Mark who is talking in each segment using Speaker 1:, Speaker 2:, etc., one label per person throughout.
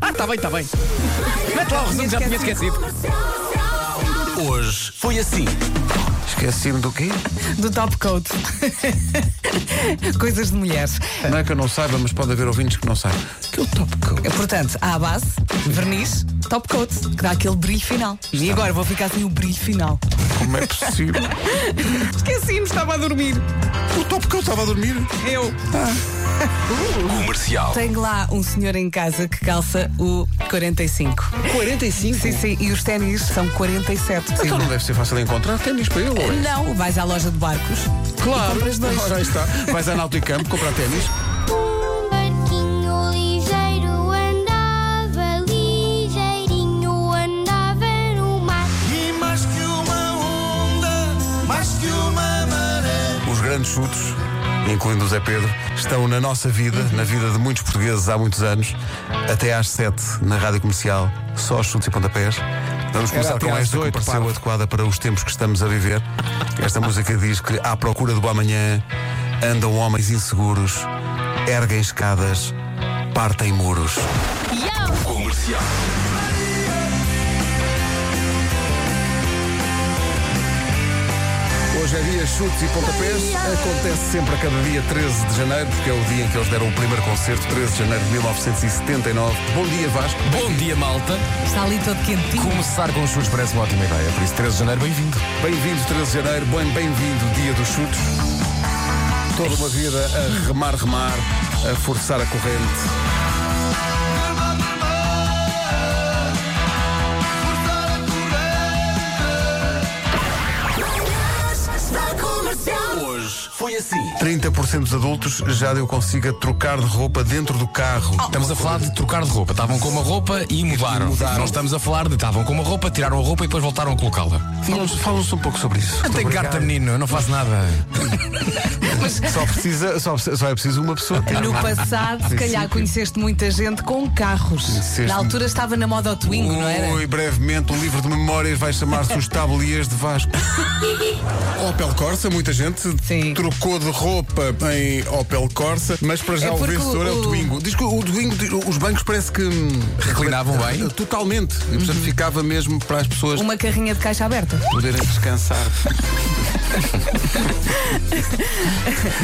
Speaker 1: Ah, está bem, está bem. Mete lá o resumo, já me tinha esquecido.
Speaker 2: Hoje foi assim.
Speaker 3: Esqueci-me do quê?
Speaker 4: Do top coat. Coisas de mulheres.
Speaker 3: Não é que eu não saiba, mas pode haver ouvintes que não saibam. Que o top coat.
Speaker 4: Portanto, há a base, verniz, top coat, que dá aquele brilho final. E agora vou ficar sem o brilho final.
Speaker 3: Como é possível?
Speaker 4: Esqueci-me, estava a dormir.
Speaker 3: o top coat estava a dormir.
Speaker 4: Eu.
Speaker 2: Comercial.
Speaker 4: Tenho lá um senhor em casa que calça o 45.
Speaker 1: 45?
Speaker 4: Sim, sim, e os ténis são 47. Sim.
Speaker 3: Então não deve ser fácil encontrar ténis para ele, ou é?
Speaker 4: Não, vais à loja de barcos. E compras dois.
Speaker 3: Ora, aí está. Vais a Nauticampo comprar ténis.
Speaker 5: Um barquinho ligeiro andava, ligeirinho andava no mar.
Speaker 6: E mais que uma onda, mais que uma maré.
Speaker 3: Os grandes chutes, incluindo o Zé Pedro, estão na nossa vida, na vida de muitos portugueses há muitos anos, até às 7 na rádio comercial, só os chutes e pontapés. Vamos começar
Speaker 1: até
Speaker 3: com
Speaker 1: às
Speaker 3: esta que me
Speaker 1: oito,
Speaker 3: pareceu
Speaker 1: parvo.
Speaker 3: adequada para os tempos que estamos a viver. Esta música diz que à procura do amanhã andam homens inseguros, erguem escadas, partem muros.
Speaker 2: Comercial.
Speaker 3: Hoje é dia chutes e pontapés. Acontece sempre a cada dia 13 de janeiro, porque é o dia em que eles deram o primeiro concerto, 13 de janeiro de 1979. Bom dia, Vasco.
Speaker 1: Bom dia, malta.
Speaker 4: Está ali todo quentinho.
Speaker 1: Começar com os chutes parece uma ótima ideia, por isso 13 de janeiro, bem-vindo.
Speaker 3: Bem-vindo, 13 de janeiro. Bem- Bem-vindo, dia dos chutes. Toda uma vida a remar, remar, a forçar a corrente.
Speaker 2: Hoje foi assim.
Speaker 3: 30% dos adultos já deu consigo a trocar de roupa dentro do carro.
Speaker 2: Oh.
Speaker 1: Estamos a falar de trocar de roupa. Estavam com uma roupa e mudaram. Não estamos a falar de estavam com uma roupa, tiraram a roupa e depois voltaram a colocá-la.
Speaker 3: Falam-nos falam-nos um pouco sobre isso.
Speaker 1: Não tenho carta, menino, eu não faço nada.
Speaker 3: Só, precisa, só, precisa- só é preciso uma pessoa.
Speaker 4: No passado, se calhar, conheceste muita gente com carros.
Speaker 3: Conheceste-
Speaker 4: Na altura estava na moda o Twingo, não era?
Speaker 3: Ui, brevemente, um livro de memórias vai chamar-se Os Tabuliers de Vasco. Opel Corsa, muita gente
Speaker 4: Sim.
Speaker 3: trocou de roupa em Opel Corsa, mas para já
Speaker 4: É
Speaker 3: o
Speaker 4: porque
Speaker 3: vencedor é o
Speaker 4: o-
Speaker 3: Twingo. Diz que o Twingo, di- os bancos parece que. hum,
Speaker 1: Reclinavam
Speaker 3: re-
Speaker 1: bem?
Speaker 3: Totalmente. E portanto ficava mesmo para as pessoas
Speaker 4: Uhum. Uma carrinha de caixa aberta.
Speaker 3: poderem descansar.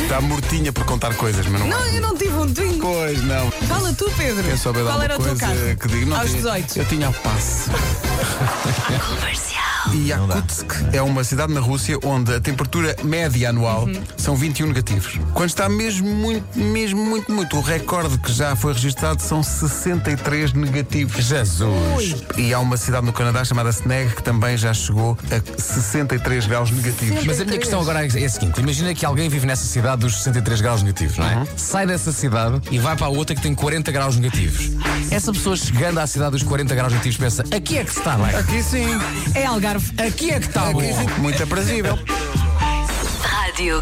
Speaker 3: Está mortinha por contar coisas, mas não. é.
Speaker 4: Não, eu não tive um Twingo.
Speaker 3: Pois não.
Speaker 4: Fala tu, Pedro.
Speaker 3: Eu soube
Speaker 4: Qual
Speaker 3: dar
Speaker 4: era
Speaker 3: uma
Speaker 4: o teu
Speaker 3: coisa
Speaker 4: carro?
Speaker 3: que digo. Não
Speaker 4: Aos
Speaker 3: tinha-
Speaker 4: 18.
Speaker 3: Eu tinha o passe. E Yakutsk é uma cidade na Rússia onde a temperatura média anual
Speaker 4: Uhum.
Speaker 3: são 21 negativos. Quando está mesmo muito, mesmo muito, muito, o recorde que já foi registado são 63 negativos. Jesus! E há uma cidade no Canadá chamada Sneg que também já chegou a 63 graus negativos.
Speaker 1: Mas a minha questão agora é a seguinte: imagina que alguém vive nessa cidade dos 63 graus negativos, não é? Sai dessa cidade e vai para a outra que tem 40 graus negativos. Essa pessoa chegando à cidade dos 40 graus negativos pensa: aqui é que se está bem,
Speaker 3: Aqui sim,
Speaker 4: É Algarve.
Speaker 1: aqui é que está bom.
Speaker 3: aqui sim. Muito aprazível.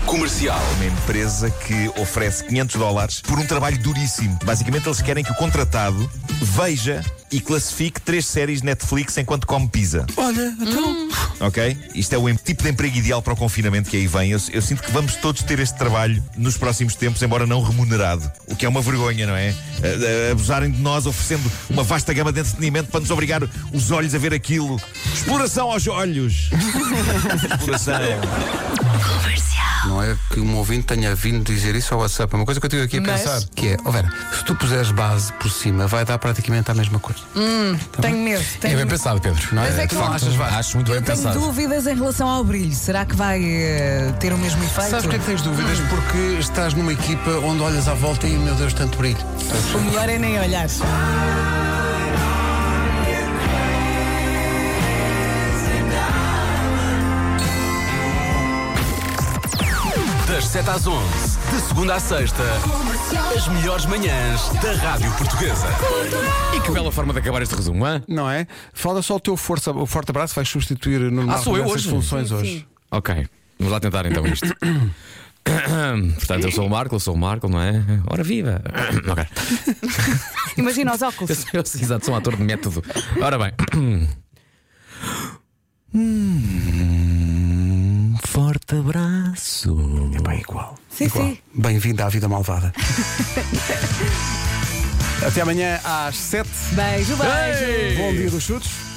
Speaker 2: Comercial.
Speaker 7: uma empresa que oferece 500 dólares por um trabalho duríssimo. Basicamente, eles querem que o contratado veja e classifique três séries Netflix enquanto come pizza. Hum.
Speaker 3: Olha, então.
Speaker 7: Ok? Isto é o em- tipo de emprego ideal para o confinamento que aí vem. Eu, s- eu sinto que vamos todos ter este trabalho nos próximos tempos, embora não remunerado. O que é uma vergonha, não é? A- a- Abusarem de nós oferecendo uma vasta gama de entretenimento para nos obrigar os olhos a ver aquilo. Exploração aos olhos! Exploração.
Speaker 3: Não é que um ouvinte tenha vindo dizer isso ao WhatsApp. É uma coisa que eu estive aqui a
Speaker 4: Mas-
Speaker 3: pensar. Que é, ó Vera, se tu puseres base por cima, vai dar praticamente a mesma coisa. Tá
Speaker 4: Tenho medo.
Speaker 1: É
Speaker 4: Tenho
Speaker 1: bem
Speaker 4: medo.
Speaker 1: pensado, Pedro. Não
Speaker 4: Uhum. Mas é
Speaker 1: De
Speaker 4: que não-
Speaker 1: facto, achas, vá, acho
Speaker 3: é
Speaker 1: muito bem
Speaker 4: Tenho
Speaker 1: pensado.
Speaker 4: dúvidas em relação ao brilho. Será que vai eh, ter o mesmo efeito?
Speaker 3: Sabes porquê que é tens dúvidas? Porque estás numa equipa onde olhas à volta e, meu Deus, tanto brilho.
Speaker 4: O melhor é nem olhar.
Speaker 2: Das 7 às 11, de segunda à sexta, as melhores manhãs da Rádio Portuguesa.
Speaker 1: E que bela forma de acabar este resumo, hã?
Speaker 3: Não é? Fala só o teu força, o forte abraço, vais substituir no
Speaker 1: Ah, sou eu hoje?
Speaker 3: funções hoje.
Speaker 1: Ok, vamos lá tentar então isto. Portanto, eu sou o Marco, eu sou o Marco, não é? Ora viva! ok.
Speaker 4: Imagina os
Speaker 1: Eu
Speaker 4: óculos.
Speaker 1: sou, eu sou- exato, sou um ator de método. Ora bem. Hum, Forte abraço.
Speaker 3: É Bem igual.
Speaker 4: Sim, sim.
Speaker 3: Bem-vindo à vida malvada. Até amanhã às 7.
Speaker 4: Beijo, beijo.
Speaker 3: Bom dia dos chutes.